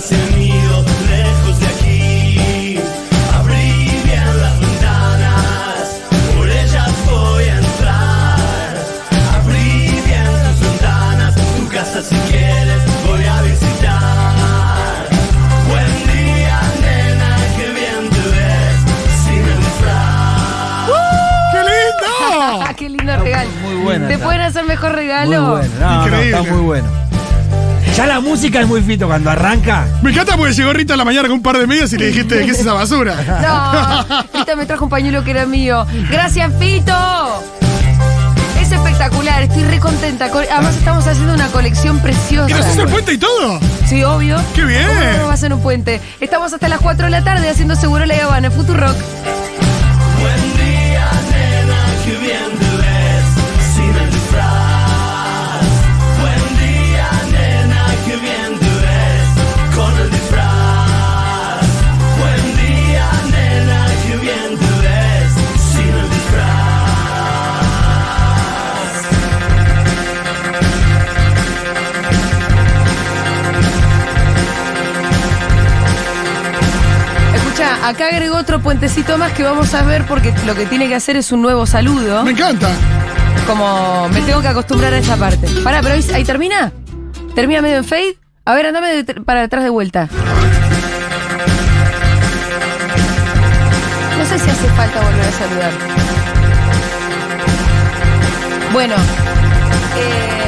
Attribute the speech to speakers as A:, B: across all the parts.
A: se han ido lejos de aquí. Abrí bien las ventanas, por ellas voy a entrar. Abrí bien las ventanas, tu casa si quieres voy a visitar. Buen día, nena, qué bien te ves sin enfrar.
B: ¡Qué lindo!
C: Ah, ¡Qué lindo regalo!
D: muy buena
C: ¿Te
D: está.
C: pueden hacer mejor
D: Muy
C: regalo?
D: bueno. No, no,
B: Increíble.
D: está muy bueno. Ya la música es muy fito cuando arranca.
B: Me encanta porque llegó Rita a la mañana con un par de medias y le dijiste, ¿qué es esa basura?
C: No, Rita me trajo un pañuelo que era mío. Gracias, Fito. Es espectacular, estoy re contenta. Co- Además estamos haciendo una colección
B: ¿Y nos hizo el
C: preciosa.
B: puente y todo?
C: Sí, obvio.
B: ¡Qué bien!
C: ¿Cómo no nos va a hacer un puente? Estamos hasta las 4 de la tarde haciendo Seguro La Habana, Futurock.
A: Buen día, nena, qué bien te ves sin el disfraz. Buen día, nena, qué bien te ves con el disfraz. Buen día, nena, qué bien te ves sin el disfraz.
C: Escucha, acá agregó otro puentecito más que vamos a ver porque lo que tiene que hacer es un nuevo saludo.
B: Me encanta.
C: Como me tengo que acostumbrar a esa parte. Pará, pero ahí, ahí termina. Termina medio en fade. A ver, andame de- para atrás de vuelta. No sé si hace falta volver a saludar. Bueno, eh,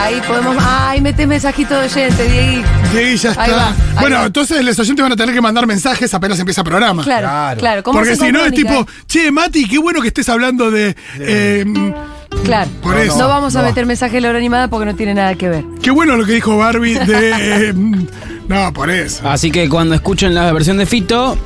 C: ahí podemos. Ay, metes mensajito de oyente, Diegui.
B: Y ya
C: Ahí
B: está.
C: va, ahí
B: Bueno,
C: va.
B: entonces los oyentes van a tener que mandar mensajes apenas empieza el programa.
C: Claro, claro.
D: Claro.
C: ¿cómo
B: Porque
C: se
B: si no es
C: comunica?
B: tipo, che, Mati, qué bueno que estés hablando de. eh,
C: Claro,
B: Por eso.
C: no vamos a
D: No.
C: meter mensaje de la hora animada porque no tiene nada que ver.
B: qué bueno lo que dijo Barbie de. eh, no, por eso.
E: Así que cuando escuchen la versión de Fito,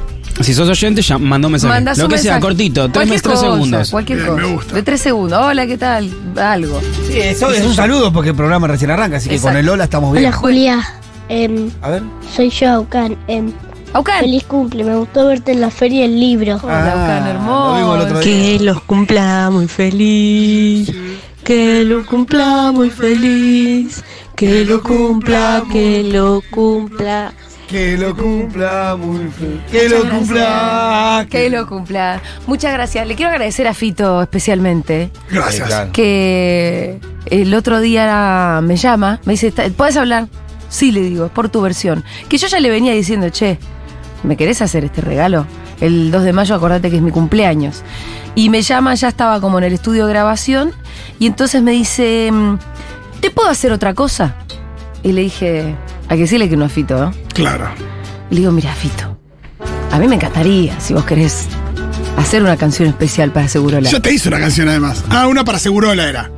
E: si sos oyente, ya mandó un mensaje.
C: Mandás
E: Lo
C: un
E: que sea,
C: mensaje.
E: cortito, tres,
C: Cualquier
E: mes- tres
C: cosa,
E: segundos.
C: Cualquier
B: Bien,
C: cosa.
B: me gusta.
C: De tres segundos. Hola, ¿qué tal? Algo.
D: Sí, eso es un saludo porque el programa recién arranca, así que
C: Exacto.
D: con el Lola estamos bien.
F: Hola Julia, Em,
D: A ver.
F: soy yo Aucan. Em,
C: Aucan.
F: feliz cumple, me gustó verte en la feria del libro.
C: Hola, Aucan, hermoso.
D: Ah, Lo vimos el otro
G: Que
D: día.
G: los cumpla muy feliz, que lo cumpla muy feliz, que lo cumpla, que lo cumpla.
D: Que lo cumpla muy feliz. Que lo
C: Muchas
D: cumpla.
C: gracias. Que lo cumpla. Muchas gracias. Le quiero agradecer a Fito especialmente
B: Gracias.
D: Sí, claro.
C: que el otro día me llama, me dice, "Ta- ¿puedes hablar? Sí, le digo, es por tu versión. Que yo ya le venía diciendo, che, ¿me querés hacer este regalo? El 2 de mayo acordate que es mi cumpleaños. Y me llama, ya estaba como en el estudio de grabación, y entonces me dice, "Mm, ¿te puedo hacer otra cosa? Y le dije, a que sí le que no a Fito, ¿no?
B: Claro.
C: Y le digo, mira, Fito, a mí me encantaría, si vos querés, hacer una canción especial para Seguro La.
B: Ya te hice una canción además. Ah, una para Segurola era.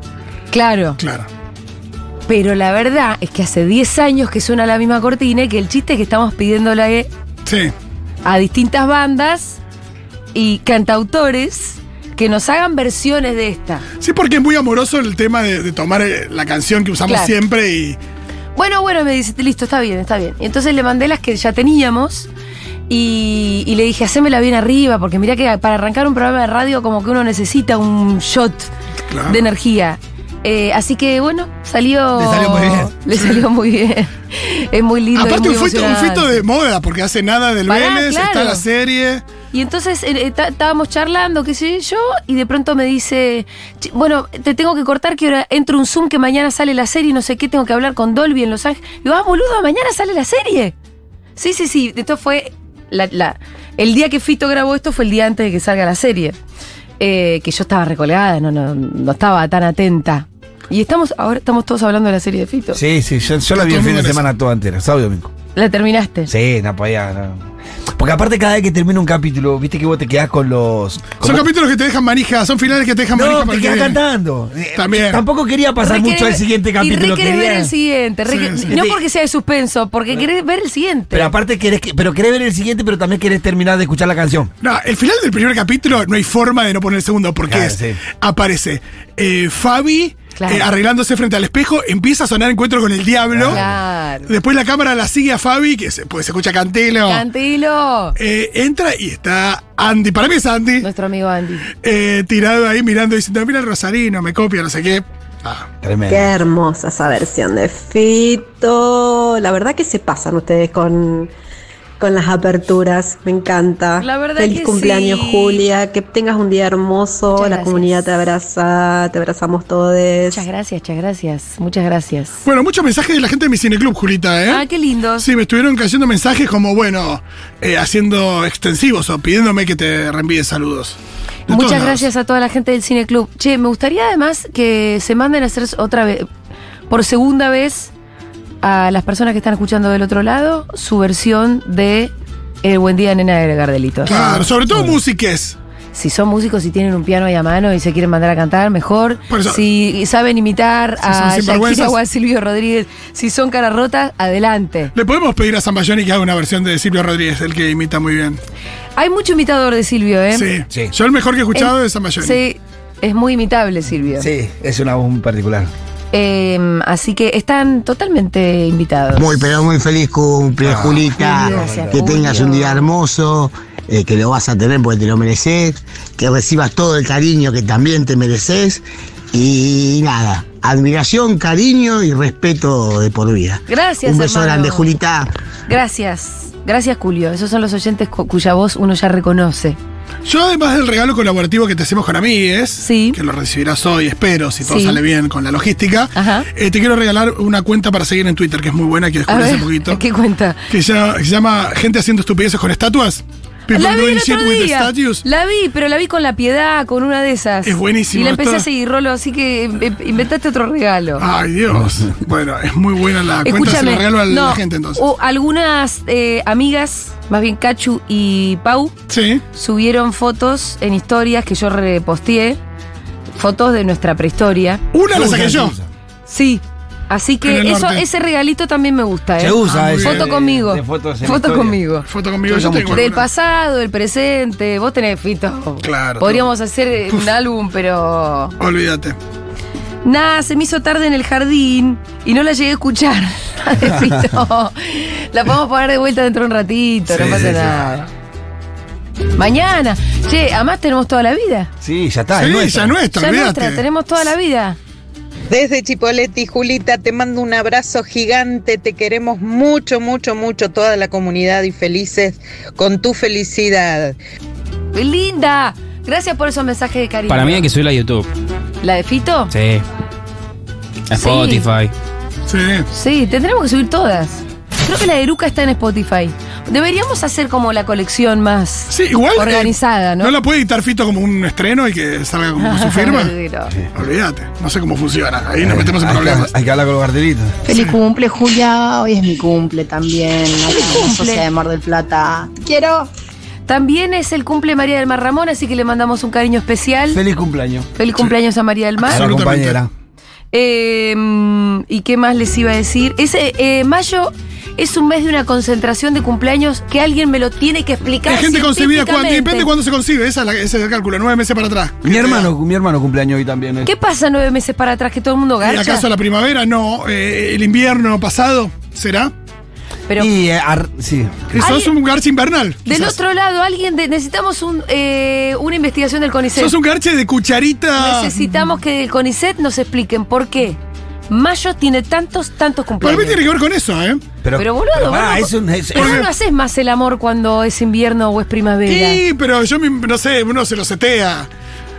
C: Claro.
B: Claro.
C: Pero la verdad es que hace 10 años que suena la misma cortina y que el chiste es que estamos pidiéndole
B: Sí.
C: a distintas bandas y cantautores que nos hagan versiones de esta.
B: Sí, porque es muy amoroso el tema de, de tomar eh, la canción que usamos
C: Claro.
B: siempre y.
C: Bueno, bueno, me dice, listo, está bien, está bien. Y entonces le mandé las que ya teníamos y, y le dije, hacémela bien arriba, porque mirá que para arrancar un programa de radio como que uno necesita un shot
B: Claro.
C: de energía. Eh, así que bueno, salió.
D: Le salió muy bien.
C: Le salió muy bien. Es muy lindo. y
B: Aparte,
C: muy
B: un fito, un
C: emocionante.
B: fito de moda, porque hace nada del
C: Pará,
B: Vélez,
C: claro.
B: está la serie.
C: Y entonces eh, eh, ta- estábamos charlando, qué sé yo, y de pronto me dice, "Chi- bueno, te tengo que cortar que ahora entro un Zoom que mañana sale la serie, no sé qué, tengo que hablar con Dolby en Los Ángeles. Digo, ah, boludo, mañana sale la serie. Sí, sí, sí, esto fue, la- la- el día que Fito grabó esto fue el día antes de que salga la serie, Eh, que yo estaba recolgada, no, no, no estaba tan atenta. Y estamos, ahora estamos todos hablando de la serie de Fito.
D: Sí, sí, yo, yo la vi
B: Todo
D: el fin de
B: número
D: semana toda entera, sábado y domingo.
C: ¿La terminaste?
D: Sí, no podía. no. Porque aparte, cada vez que termina un capítulo, viste que vos te quedás con los. con
B: Son
D: los-
B: capítulos que te dejan manija, son finales que te dejan manija
D: No,
B: para
D: te
B: el que
D: quedás
B: viene.
D: cantando. Eh,
B: También.
D: Tampoco quería pasar
C: Re
D: mucho
C: querés-
D: al siguiente
C: Y
D: capítulo.
C: re querés ver
D: quería-
C: el siguiente. re
B: Sí,
C: que-
B: sí.
C: No porque sea de suspenso, porque querés ver el siguiente.
D: Pero aparte querés que, pero querés ver el siguiente, pero también querés terminar de escuchar la canción.
B: No, el final del primer capítulo no hay forma de no poner el segundo, porque
D: Claro,
B: es-
D: sí.
B: aparece eh, Fabi
C: Claro.
B: eh, arreglándose frente al espejo, empieza a sonar encuentro con el diablo.
C: Claro.
B: Después la cámara la sigue a Fabi, que se, pues, se escucha Cantelo.
C: Cantilo.
B: Eh, entra y está Andy, para mí es Andy,
C: Nuestro amigo Andy.
B: eh, tirado ahí mirando diciendo, mira el rosarino, me copia, no sé qué.
D: Tremendo.
H: Qué hermosa esa versión de Fito. La verdad que se pasan ustedes con, con las aperturas. Me encanta.
C: La verdad
H: Feliz
C: que
H: cumpleaños,
C: sí.
H: Julia. Que tengas un día hermoso.
C: Muchas
H: la
C: gracias.
H: comunidad te abraza. Te abrazamos todos.
C: Muchas gracias, muchas gracias. Muchas gracias.
B: Bueno, muchos mensajes de la gente de mi cineclub, Julita, ¿eh?
C: Ah, qué lindo.
B: Sí, me estuvieron cayendo mensajes como, bueno, eh, haciendo extensivos o pidiéndome que te reenvíe saludos. De todos
C: Muchas
B: lados.
C: gracias a toda la gente del Cine Club. Che, me gustaría además que se manden a hacer otra vez, por segunda vez, a las personas que están escuchando del otro lado, su versión de El Buen Día Nena de Gardelitos.
B: Claro, sobre todo músiques.
C: Si son músicos y tienen un piano ahí a mano y se quieren mandar a cantar, mejor.
B: Por eso-
C: si saben imitar
B: son
C: a Shakira
B: sinvergüenzas.
C: o a Silvio Rodríguez, si son cara rota, adelante.
B: Le podemos pedir a Zambayoni que haga una versión de Silvio Rodríguez, el que imita muy bien.
C: Hay mucho imitador de Silvio, ¿eh?
B: Sí.
D: Sí.
B: Yo el mejor que he escuchado
C: Es-
B: es Zambayoni.
C: Sí, es muy imitable Silvio.
D: Sí, es una voz muy particular.
C: Eh, así que están totalmente invitados.
I: Muy, pero muy feliz cumple,
D: Ah.
I: Julita.
C: gracias,
I: que
C: Julio.
I: tengas un día hermoso, eh, que lo vas a tener porque te lo mereces, que recibas todo el cariño que también te mereces. Y nada, admiración, cariño y respeto de por vida.
C: Gracias,
I: Un beso
C: hermano.
I: grande, Julita.
C: Gracias. Gracias, Julio. Esos son los oyentes cu- cuya voz uno ya reconoce.
B: Yo además del regalo colaborativo que te hacemos con amigues,
C: Sí.
B: que lo recibirás hoy, espero, si todo
C: Sí.
B: sale bien con la logística,
C: Ajá.
B: eh, te quiero regalar una cuenta para seguir en Twitter, que es muy buena, que
C: A
B: descubrí hace
C: ver,
B: poquito,
C: ¿qué cuenta?
B: que ya- que se llama Gente haciendo estupideces con estatuas.
C: La vi el
B: shit
C: otro
B: with
C: día.
B: statues.
C: La vi, pero la vi con la piedad, con una de esas.
B: Es buenísimo,
C: Y la empecé
B: está.
C: a seguir, Rolo, así que eh, inventaste otro regalo.
B: Ay, Dios. bueno, es muy buena la cuenta, se la regalo a
C: no,
B: la gente entonces.
C: o algunas eh, amigas, más bien Cachu y Pau,
B: Sí.
C: subieron fotos en historias que yo reposteé, fotos de nuestra prehistoria.
B: Una la saqué yo.
C: Sí. Así que
B: En el
C: eso,
B: norte.
C: ese regalito también me gusta, ¿eh?
D: Se usa
B: Ah, muy
D: ese
B: bien.
C: Foto
D: de-
C: conmigo.
D: de fotos en
C: foto
D: historia.
C: conmigo.
B: Foto conmigo,
D: Yo
B: yo
D: uso
B: tengo.
D: mucho.
C: Del
B: alguna.
C: pasado, del presente. Vos tenés fito.
B: Claro,
C: Podríamos hacer eh, un álbum, pero.
B: Olvídate.
C: Nada, se me hizo tarde en el jardín y no la llegué a escuchar. La de Fito. La podemos poner de vuelta dentro de un ratito, no
D: Sí,
C: pasa
D: sí, sí.
C: nada. Mañana. Che, además tenemos toda la vida.
D: Sí, ya está.
B: sí,
D: Ah, es nuestra.
B: ya nuestra,
C: ya
B: olvídate.
C: nuestra, tenemos toda la vida.
J: Desde Chipoleti, Julita, te mando un abrazo gigante. Te queremos mucho, mucho, mucho, toda la comunidad y felices con tu felicidad.
C: ¡Linda! Gracias por esos mensajes de cariño.
E: Para mí hay que subirla a YouTube.
C: ¿La de Fito?
E: Sí. A
C: Sí.
E: Spotify.
B: Sí.
C: Sí, tendremos que subir todas. Creo que la de Eruca está en Spotify. Deberíamos hacer como la colección más
B: Sí, igual. eh,
C: organizada, ¿no?
B: la puede editar Fito como un estreno y que salga como su firma? Olvídate, no sé cómo funciona. Ahí nos metemos en
D: Hay que-
B: problemas.
D: Hay que hablar con los cartelitos.
K: Feliz cumple, Julia. Hoy es mi cumple también. Aquí en la Sociedad de Mar del Plata. Te Quiero.
C: También es el cumple de María del Mar Ramón, así que le mandamos un cariño especial. Feliz,
D: Feliz cumpleaños.
C: cumpleaños a María del
D: A
C: Mar.
D: la
B: Absolutamente.
D: compañera.
C: Eh, mm, ¿Y qué más les iba a decir? Ese, eh, mayo es un mes de una concentración de cumpleaños que alguien me lo tiene que explicar.
B: Hay gente concebida, cuando,
C: científicamente.
B: depende de cuándo se concibe, esa es la- ese es el cálculo, nueve meses para atrás.
D: Mi hermano, mi hermano cumpleaños hoy también. ¿eh?
C: ¿Qué pasa nueve meses para atrás que todo el mundo
B: ¿Y
C: garcha?
B: acaso la primavera? No, eh, el invierno pasado, ¿será? Mm.
C: Pero
D: Y eh, ar- sí.
B: Eso es
C: Alguien-
B: un garche invernal.
C: Del
B: quizás.
C: otro lado, alguien de- necesitamos un, eh, una investigación del CONICET.
B: Sos un garche de cucharita.
C: Necesitamos que del CONICET nos expliquen por qué mayo tiene tantos, tantos
B: Para
C: cumpleaños.
B: mí tiene que ver con eso, ¿eh?
D: Pero,
C: Pero, boludo,
D: pero pará,
C: boludo,
D: es un- es-
C: Pero
D: es-
C: vos no haces más el amor cuando es invierno o es primavera.
B: Y, pero yo me- no sé, uno se lo setea.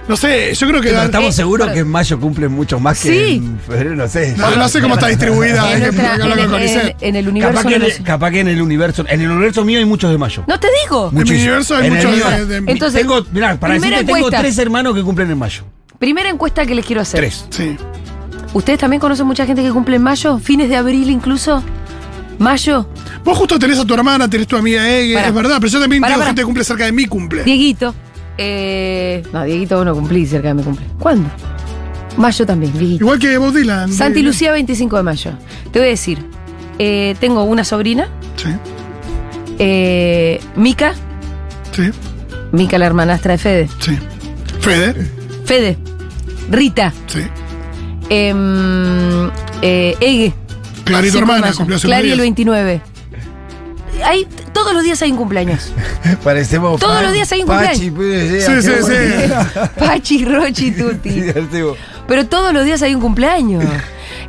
B: No sé, yo creo que.
D: pero estamos
C: eh,
D: seguros
C: pero-
D: que en mayo cumplen mucho más que
C: Sí.
D: en febrero, no sé.
B: No, no sé cómo está distribuida.
C: En
B: hay que
C: nuestra-
B: hablar con
C: en-
B: Conicet.
C: en- en el universo
D: Capaz que, en
C: no
D: el-
C: sé.
D: capaz que en el universo. En el universo mío hay muchos de mayo.
C: No te digo.
B: En mi
D: Muchísimo.
B: universo hay
D: En el
B: muchos
D: mío-
B: de, de-
C: Entonces,
D: tengo, mirá, para
C: primera
D: decirte, tengo
C: encuesta.
D: tres hermanos que cumplen en mayo.
C: Primera encuesta que les quiero hacer.
D: Tres.
B: Sí.
C: ¿Ustedes también conocen mucha gente que cumple en mayo? ¿Fines de abril incluso? ¿Mayo?
B: Vos justo tenés a tu hermana, tenés tu amiga Ege,
C: Pará.
B: es verdad, pero yo también
C: Pará,
B: tengo
C: pará.
B: gente que cumple cerca de mi cumple.
C: Dieguito. Eh, no, Dieguito vos no cumplí cerca de mi cumple. ¿Cuándo? Mayo también, Dieguito.
B: Igual que Bob Dylan.
C: Santi
B: Eh,
C: Lucía, 25 de mayo. Te voy a decir, eh, tengo una sobrina,
B: Sí,
C: eh, Mica,
B: sí,
C: Mica la hermanastra de Fede,
B: sí. Fede,
C: Fede, Rita,
B: sí.
C: em, eh, Ege.
B: Clary, tu
C: 5 de
B: hermana,
C: mayo.
B: cumplió hace unos
C: Clary el
B: días.
C: 29. Hay, todos los días hay un cumpleaños.
D: Parecemos.
C: Todos
D: Pan-
C: los días hay un
D: Pachi,
C: cumpleaños.
D: pues,
B: Sí,
D: qué
B: sí,
D: bueno.
B: sí.
C: Pachi, Rochi, Tuti.
D: Divertido.
C: Pero todos los días hay un cumpleaños.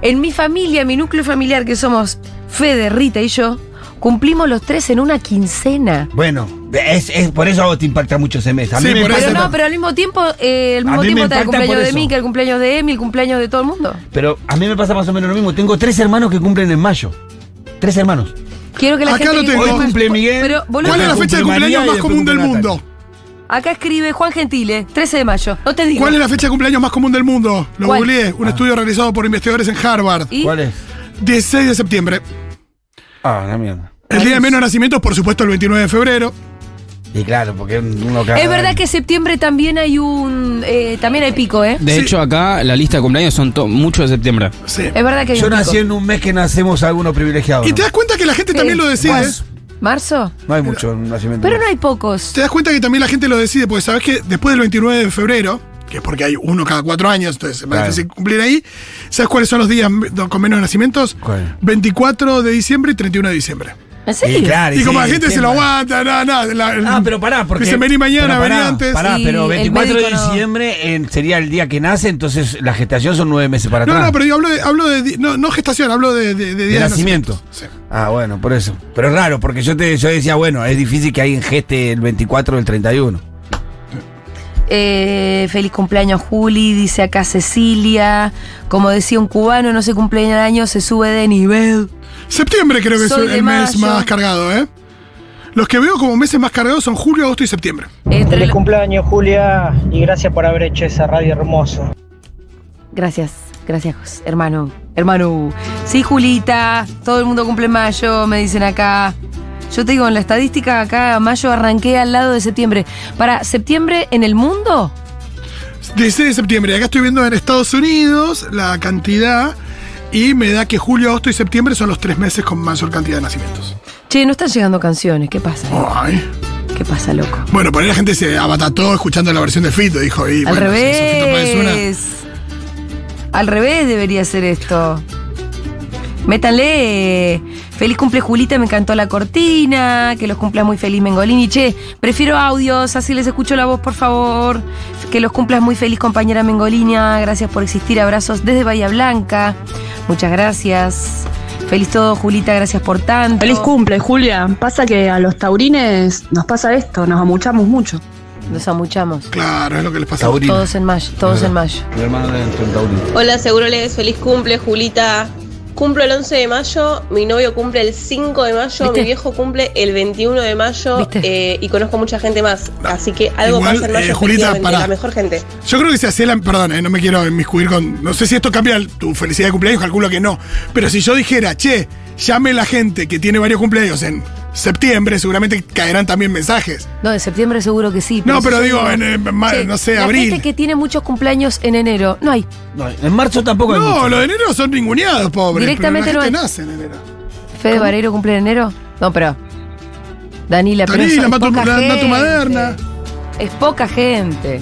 C: En mi familia, mi núcleo familiar, que somos Fede, Rita y yo, cumplimos los tres en una quincena.
D: Bueno, es, es- por eso a vos te impacta mucho ese mes. A mí me
C: pero
D: impacta-
C: no, pero al mismo tiempo, eh, al
D: A
C: mismo
D: mí me
C: tiempo está el
D: impacta
C: cumpleaños
D: por
C: de
D: eso.
C: mí, que el cumpleaños de Emi, el cumpleaños de todo el mundo.
D: pero a mí me pasa más o menos lo mismo. Tengo tres hermanos que cumplen en mayo. Tres hermanos.
C: Quiero que la
D: Acá
C: gente
D: lo
C: que
D: tengo.
C: cumple-
D: Hoy cumple Miguel,
C: Pero, boludo,
D: ¿Cuál es la Después fecha de cumple cumpleaños María y más después común del cumple mundo?
C: Acá escribe Juan Gentile, 13 de mayo. No te digo.
B: ¿Cuál es la fecha de cumpleaños más común del mundo? Lo
C: ¿Cuál? Ah.
B: googleé. Un estudio realizado por investigadores en Harvard.
C: ¿Y?
D: ¿Cuál es?
B: 16 de septiembre.
D: Ah, la mierda.
B: El día de menos nacimientos, por supuesto, el 29 de febrero.
D: Y claro, porque uno cada-
C: Es verdad que en septiembre también hay un. eh, también hay pico, ¿eh?
E: De hecho, acá la lista de cumpleaños son to- muchos de septiembre.
B: Sí.
C: Es verdad que hay
D: Yo
C: un
D: nací
C: pico.
D: en un mes que nacemos algunos privilegiados.
B: Y
D: ¿no?
B: te eh? das cuenta que la gente también
C: Sí.
B: lo decide.
D: Más.
C: ¿Marzo?
D: No hay mucho nacimiento.
C: Pero no hay pocos.
B: Te das cuenta que también la gente lo decide, porque sabes que después del 29 de febrero, que es porque hay uno cada cuatro años, entonces es más
D: Claro.
B: difícil cumplir ahí, ¿sabes cuáles son los días con menos nacimientos?
D: ¿Cuál?
B: 24 de diciembre y 31 de diciembre.
C: ¿En
D: Y
C: serio?
D: claro,
B: y como la
D: sí,
B: gente se lo
D: septiembre.
B: aguanta, nada, nada. la-
D: Ah, pero pará, porque.
B: Dicen, vení mañana,
D: pero
B: vení
D: pará,
B: antes.
D: Pará,
C: Sí,
D: pero
C: el
D: 24 de
C: médico no.
D: diciembre eh, sería el día que nace, entonces la gestación son nueve meses para
B: No,
D: atrás.
B: no, pero yo hablo de, hablo de di- no, no gestación, hablo de, de, de
D: De
B: días de
D: nacimiento.
B: nacimiento.
D: Ah, bueno, por eso. Pero es raro, porque yo te yo decía, bueno, es difícil que alguien geste el 24 o el 31.
C: Eh, feliz cumpleaños, Juli, dice acá Cecilia. Como decía un cubano, no se cumple año, se sube de nivel.
B: Sí. Septiembre creo que
C: Soy
B: es
C: de
B: el mes
C: mayo.
B: más cargado, ¿eh? Los que veo como meses más cargados son julio, agosto y septiembre.
C: Entre
L: Feliz
C: la-
L: cumpleaños, Julia, y gracias por haber hecho esa radio hermosa.
C: Gracias, gracias, Jos- hermano. Hermano. Sí, Julita, todo el mundo cumple en mayo, me dicen acá. Yo te digo, en la estadística acá, mayo arranqué al lado de septiembre. Para septiembre en el mundo,
B: 16 de septiembre. Acá estoy viendo en Estados Unidos la cantidad y me da que julio, agosto y septiembre son los tres meses con mayor cantidad de nacimientos.
C: che, no están llegando canciones, ¿qué pasa?
B: Ay.
C: ¿Qué pasa, loco?
B: Bueno, por ahí la gente se abatató escuchando la versión de Fito, dijo. Y,
C: Al
B: bueno, si eso Fito Páez suena-
C: revés. Al revés debería ser esto. Métanle. Feliz cumple Julita, me encantó la cortina. Que los cumplas muy feliz, Mengolini. Che, prefiero audios, así les escucho la voz, por favor. Que los cumplas muy feliz, compañera Mengolina. Gracias por existir. Abrazos desde Bahía Blanca. Muchas gracias. Feliz todo, Julita. Gracias por tanto.
M: Feliz cumple, Julia. Pasa que a los taurines nos pasa esto, nos amuchamos mucho.
C: Nos amuchamos.
B: Claro, es lo que les pasa.
D: Taurino.
C: Todos en mayo. Todos en mayo.
D: Mi hermano era un taurino.
N: Hola, seguro les feliz cumple, Julita. Cumplo el 11 de mayo, mi novio cumple el 5 de mayo,
C: ¿Viste?
N: mi viejo cumple el 21 de mayo eh, y conozco mucha gente más. Así que algo
B: Igual,
N: pasa en mayo,
B: eh, Julita,
N: efectivamente,
B: pará.
N: la mejor gente.
B: Yo creo que si hacía la. Perdón, eh, no me quiero inmiscuir con. No sé si esto cambia tu felicidad de cumpleaños, calculo que no. Pero si yo dijera, che, llame la gente que tiene varios cumpleaños en septiembre, seguramente caerán también mensajes.
C: No, en septiembre seguro que sí.
B: No, pero
C: yo
B: digo, en, eh, ma- no sé,
C: la
B: abril.
C: gente que tiene muchos cumpleaños en enero, no hay.
D: No, en marzo tampoco hay
B: No,
D: mucho.
B: los de enero son ninguneados, pobres.
C: Directamente
B: pero la gente
C: no hay.
B: nace en enero.
C: Fede Varero cumple en enero. No, pero. Danila, pero.
B: Danila,
C: es- es
B: Matu-
C: poca
B: la- Matu
C: gente.
B: Maderna.
C: Es poca gente.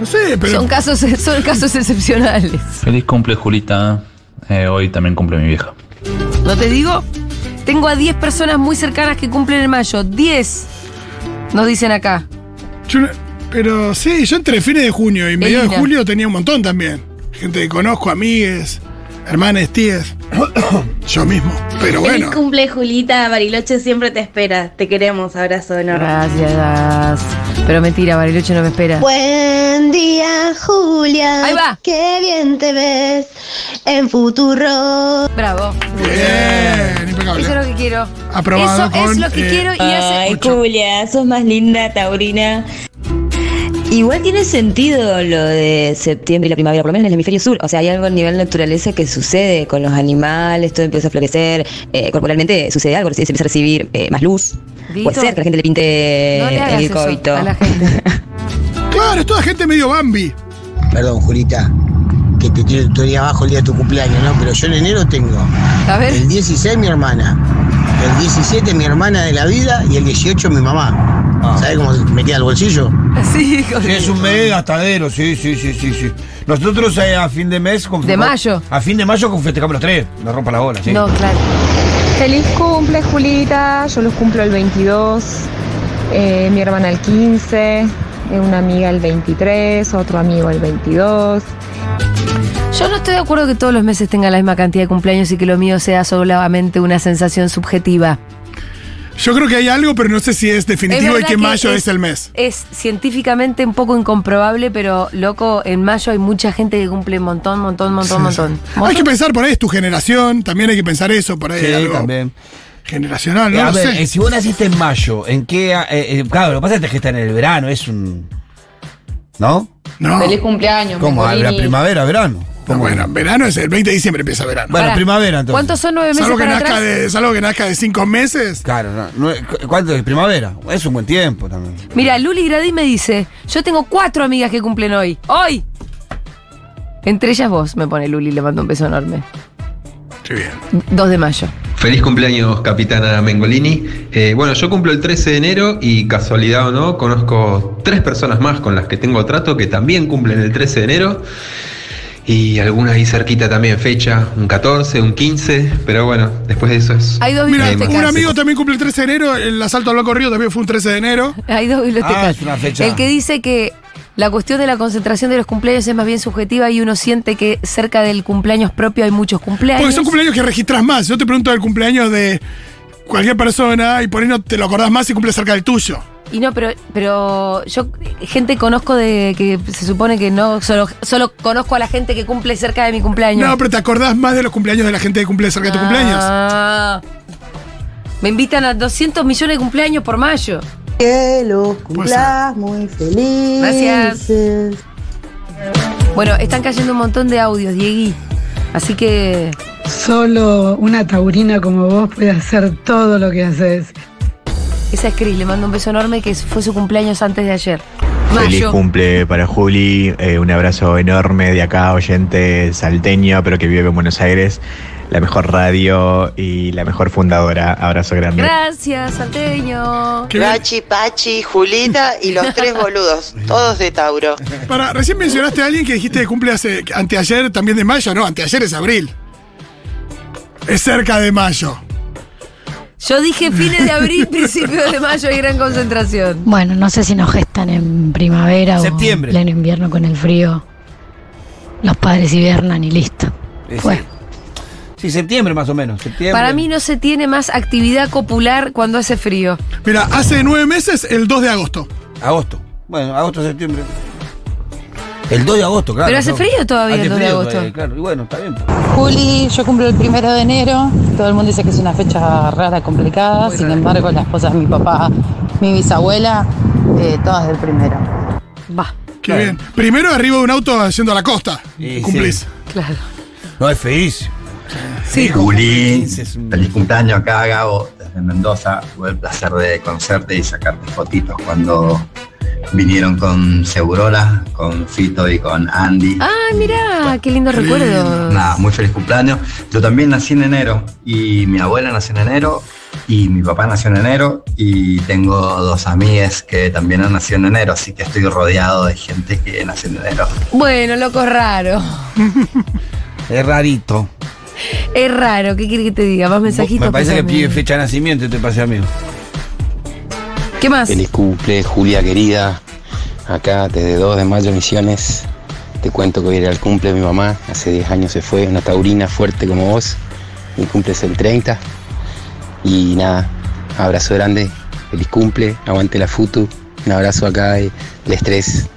B: No sé, pero-
C: Son casos, son casos excepcionales.
O: Feliz cumple, Julita. Eh, hoy también cumple mi vieja.
C: ¿No te digo? Tengo a 10 personas muy cercanas que cumplen en mayo. 10. Nos dicen acá.
B: Yo no- pero sí, yo entre fines de junio y medio de
C: Elina.
B: julio tenía un montón también. Gente que conozco, amigues, hermanas, tías. yo mismo. Pero bueno.
P: Feliz cumple, Julita. Bariloche siempre te espera. Te queremos. Abrazo enorme.
C: Gracias. Pero mentira, Bariloche no me espera.
Q: Buen día, Julia. Ahí va. Qué bien te ves en futuro.
C: Bravo.
B: Bien, impecable.
C: Eso es lo que quiero.
B: Aprobado
C: Eso es
B: con,
C: lo que
B: eh,
C: quiero y hace.
R: Ay, Julia, sos más linda, Taurina. Igual tiene sentido lo de septiembre y la primavera, por lo menos en el hemisferio sur. O sea, hay algo a nivel naturaleza que sucede con los animales, todo empieza a florecer. eh, corporalmente sucede algo, se empieza a recibir eh, más luz.
C: Vito,
R: Puede ser que la gente le pinte
C: no le hagas
R: el
C: eso
R: coito.
C: a la gente.
B: Claro, es toda gente medio Bambi.
I: Perdón, Julita, que te tiro todo el día abajo el día de tu cumpleaños, ¿no? Pero yo en enero tengo
C: A ver.
I: el 16 mi hermana, el 17 mi hermana de la vida y el 18 mi mamá. ¿Sabes cómo me queda el bolsillo?
C: Sí,
D: es un mes gastadero, sí, sí, sí, sí, sí. Nosotros eh, a fin de mes... con-
P: De mayo.
D: A fin de mayo con- festejamos los tres. Nos rompa la bola, sí.
C: claro.
S: Feliz cumple, Julita. Yo los cumplo el 22. eh, mi hermana el 15. eh, Una amiga el 23. Otro amigo el 22.
C: Yo no estoy de acuerdo que todos los meses tenga la misma cantidad de cumpleaños y que lo mío sea solamente una sensación subjetiva.
B: Yo creo que hay algo, pero no sé si es definitivo y
C: verdad
B: que mayo es, el mes.
C: Es científicamente un poco incomprobable, pero loco, en mayo hay mucha gente que cumple un montón, montón, montón,
B: Sí,
C: montón.
B: sí. Hay que pensar por ahí, es tu generación, también hay que pensar eso, por ahí.
D: Sí,
B: algo
D: también.
B: Generacional, Ah, no
D: a
B: lo
D: ver,
B: sé.
D: eh, si vos naciste en mayo, ¿en qué...? a- eh, eh, claro, lo que pasa es que está en el verano, es un... ¿No?
B: No.
T: Feliz cumpleaños.
D: ¿Cómo? ¿A ¿La
T: Mengolini.
D: primavera, verano?
B: No, bueno, verano es el 20 de diciembre empieza verano.
D: Bueno, Pará, primavera, entonces. ¿cuántos
C: son nueve meses
B: Salvo que,
C: para
B: nazca
C: atrás?
B: de, salvo que nazca de cinco meses.
D: Claro, no, no es- cu- ¿cuánto es primavera? Es un buen tiempo también.
C: Mira, Luli Gradí me dice, yo tengo cuatro amigas que cumplen hoy. ¡Hoy! Entre ellas vos, me pone Luli, le mando un beso enorme.
B: Qué bien.
C: 2 de mayo.
I: Feliz cumpleaños, capitana Mengolini. Eh, bueno, yo cumplo el 13 de enero y casualidad o no, conozco tres personas más con las que tengo trato que también cumplen el 13 de enero. Y algunas ahí cerquita también fecha, un 14, un 15, pero bueno, después de eso es...
C: Hay dos
I: no
B: Mira,
I: hay más.
B: un amigo también cumple el 13 de enero, el asalto al Banco Río también fue un 13 de enero.
C: Hay dos bibliotecas.
B: Ah, es una fecha.
C: El que dice que la cuestión de la concentración de los cumpleaños es más bien subjetiva y uno siente que cerca del cumpleaños propio hay muchos cumpleaños.
B: Porque son cumpleaños que registras más. Yo te pregunto el cumpleaños de cualquier persona y por ahí no te lo acordás más y cumple cerca del tuyo.
C: Y no, pero, pero yo gente conozco de que se supone que no, solo, solo conozco a la gente que cumple cerca de mi cumpleaños.
B: No, pero te acordás más de los cumpleaños de la gente que cumple cerca de tu cumpleaños.
C: Ah. Me invitan a 200 millones de cumpleaños por mayo.
U: Que los cumplas muy felices.
C: Bueno, están cayendo un montón de audios, Diegui. Así que
V: Solo una taurina como vos puede hacer todo lo que haces.
C: esa es Cris, le mando un beso enorme que fue su cumpleaños antes de ayer.
W: Feliz
C: Mayo.
W: cumple para Juli, eh, un abrazo enorme de acá, oyente salteño, pero que vive en Buenos Aires, la mejor radio y la mejor fundadora. Abrazo grande.
C: Gracias, Salteño.
X: Gachi, Pachi, Julita y los tres boludos, todos de Tauro.
B: Para, recién mencionaste a alguien que dijiste que cumple hace, anteayer también de mayo, no, anteayer es abril. Es cerca de mayo.
C: Yo dije fines de abril, principios de mayo hay gran concentración.
F: Bueno, no sé si nos gestan en primavera
D: Septiembre.
H: Oh,
F: o en pleno invierno con el frío. Los padres hibernan y listo.
D: Eh, sí. Sí, septiembre más o menos. Septiembre.
C: Para mí no se tiene más actividad copular cuando hace frío.
B: Mira, hace nueve meses el 2 de agosto.
D: Agosto. Bueno, agosto, septiembre. El 2 de agosto, claro.
H: Pero hace
D: ¿no?
H: frío todavía
D: Hace
H: el 2 de
D: frío
H: agosto.
D: todavía, claro, y bueno, está bien. pues.
H: Juli, yo cumplo el primero de enero. Todo el mundo dice que es una fecha rara, complicada. Sin embargo, las esposas de mi papá, mi bisabuela, eh, todas del primero.
C: Va.
B: Qué bien. Primero arriba de un auto yendo a la costa. Cumplís.
C: Claro.
D: No, es feliz.
A: Sí, Juli, feliz cumpleaños acá, Gabo, desde Mendoza. Tuve el placer de conocerte y sacarte fotitos cuando vinieron con Segurola, con Fito y con Andy.
C: Ah, mirá, qué lindo recuerdo.
A: Nada, Ah, muy feliz cumpleaños. Yo también nací en enero y mi abuela nació en enero y mi papá nació en enero y tengo dos amigues que también han nacido en enero, así que estoy rodeado de gente que nació en enero.
C: Bueno, loco raro.
D: Es rarito.
C: Es raro, ¿qué quiere que te diga? Más mensajitos.
D: Me parece que
C: pásame.
D: pide fecha de nacimiento y te pasé a mí.
C: ¿Qué más?
E: Feliz cumple, Julia querida. Acá desde 2 de mayo Misiones. Te cuento que hoy era el cumple de mi mamá. Hace 10 años se fue, una taurina fuerte como vos. Mi cumple es el 30. Y nada, abrazo grande. Feliz cumple, aguante la futu. Un abrazo acá del estrés.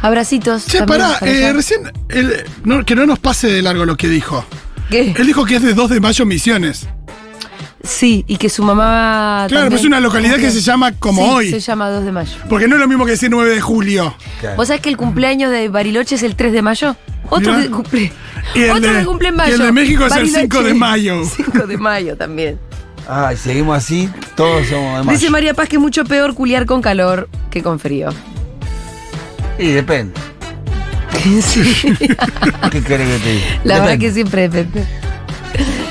C: Abracitos.
B: Che,
C: también
B: pará,
C: para
B: eh,
C: allá.
B: recién, el- no, que no nos pase de largo lo que dijo.
C: ¿Qué?
B: Él dijo que es de 2 de mayo Misiones.
C: Sí, y que su mamá.
B: Claro,
C: Ah, también
B: pero es una localidad que se llama como
C: Sí,
B: hoy.
C: Se llama 2 de mayo.
B: Porque no es lo mismo que decir 9 de julio.
C: ¿Vos sabés que el cumpleaños de Bariloche es el 3 de mayo? Otro
B: Mirá.
C: que cumple.
B: Y el
C: Otro
B: de-
C: que cumple en
B: y
C: mayo.
B: el de México es el
C: Bariloche.
B: 5 de mayo.
C: 5 de mayo también.
D: Ay, seguimos así, todos somos de mayo.
C: Dice María Paz que es mucho peor culiar con calor que con frío.
D: Y depende.
C: Sí.
D: ¿Qué querés que te diga?
C: La verdad
D: Depende.
C: que siempre depende.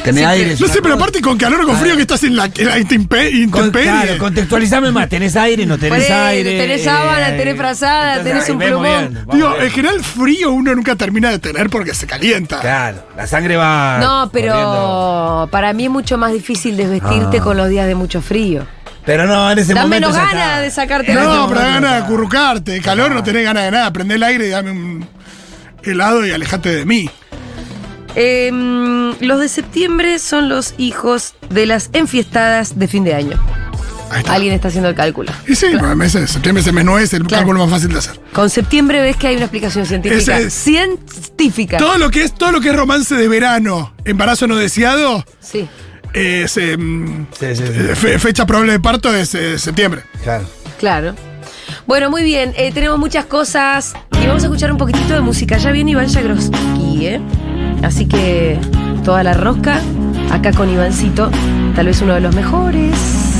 D: Tenés aire. es
B: No
D: una
B: sé, pero
D: cosa.
B: aparte con calor o con frío que estás en la, en la intempe-
D: Con-
B: intemperie.
D: claro, contextualizame más. ¿Tenés aire? ¿No tenés
C: Ponele,
D: aire?
C: tenés
D: eh,
C: sábana, tenés frazada,
D: entonces,
C: tenés
D: ahí
C: un
D: vemos
C: plumón.
D: bien.
B: Digo, en general frío uno nunca termina de tener porque se calienta.
D: Claro, la sangre va.
C: No,
D: corriendo.
C: pero para mí es mucho más difícil desvestirte
D: Ah.
C: con los días de mucho frío.
D: Pero no, en ese
C: Da
D: momento.
C: menos
D: ya
C: ganas
D: está.
C: de sacarte la
B: No,
C: ropa.
B: pero ganas de acurrucarte. De calor no tenés ganas de nada. Prende el aire y dame un helado y alejate de mí.
C: Eh, los de septiembre son los hijos de las enfiestadas de fin de año. Alguien está haciendo el cálculo.
B: Y sí, nueve meses. Septiembre es el mes 9, es el cálculo más fácil de hacer.
C: Con septiembre ves que hay una explicación científica.
B: Ese es-
C: Científica.
B: Todo lo que es, todo lo que es romance de verano, embarazo no deseado,
C: Sí.
B: es, eh, mm,
D: sí, sí.
B: eh, fe- fecha probable de parto es eh, septiembre.
D: Claro.
C: Claro. Bueno, muy bien, eh, tenemos muchas cosas y vamos a escuchar un poquitito de música. Ya viene Iván Jagroski, ¿eh? Así que toda la rosca, acá con Ivancito, tal vez uno de los mejores.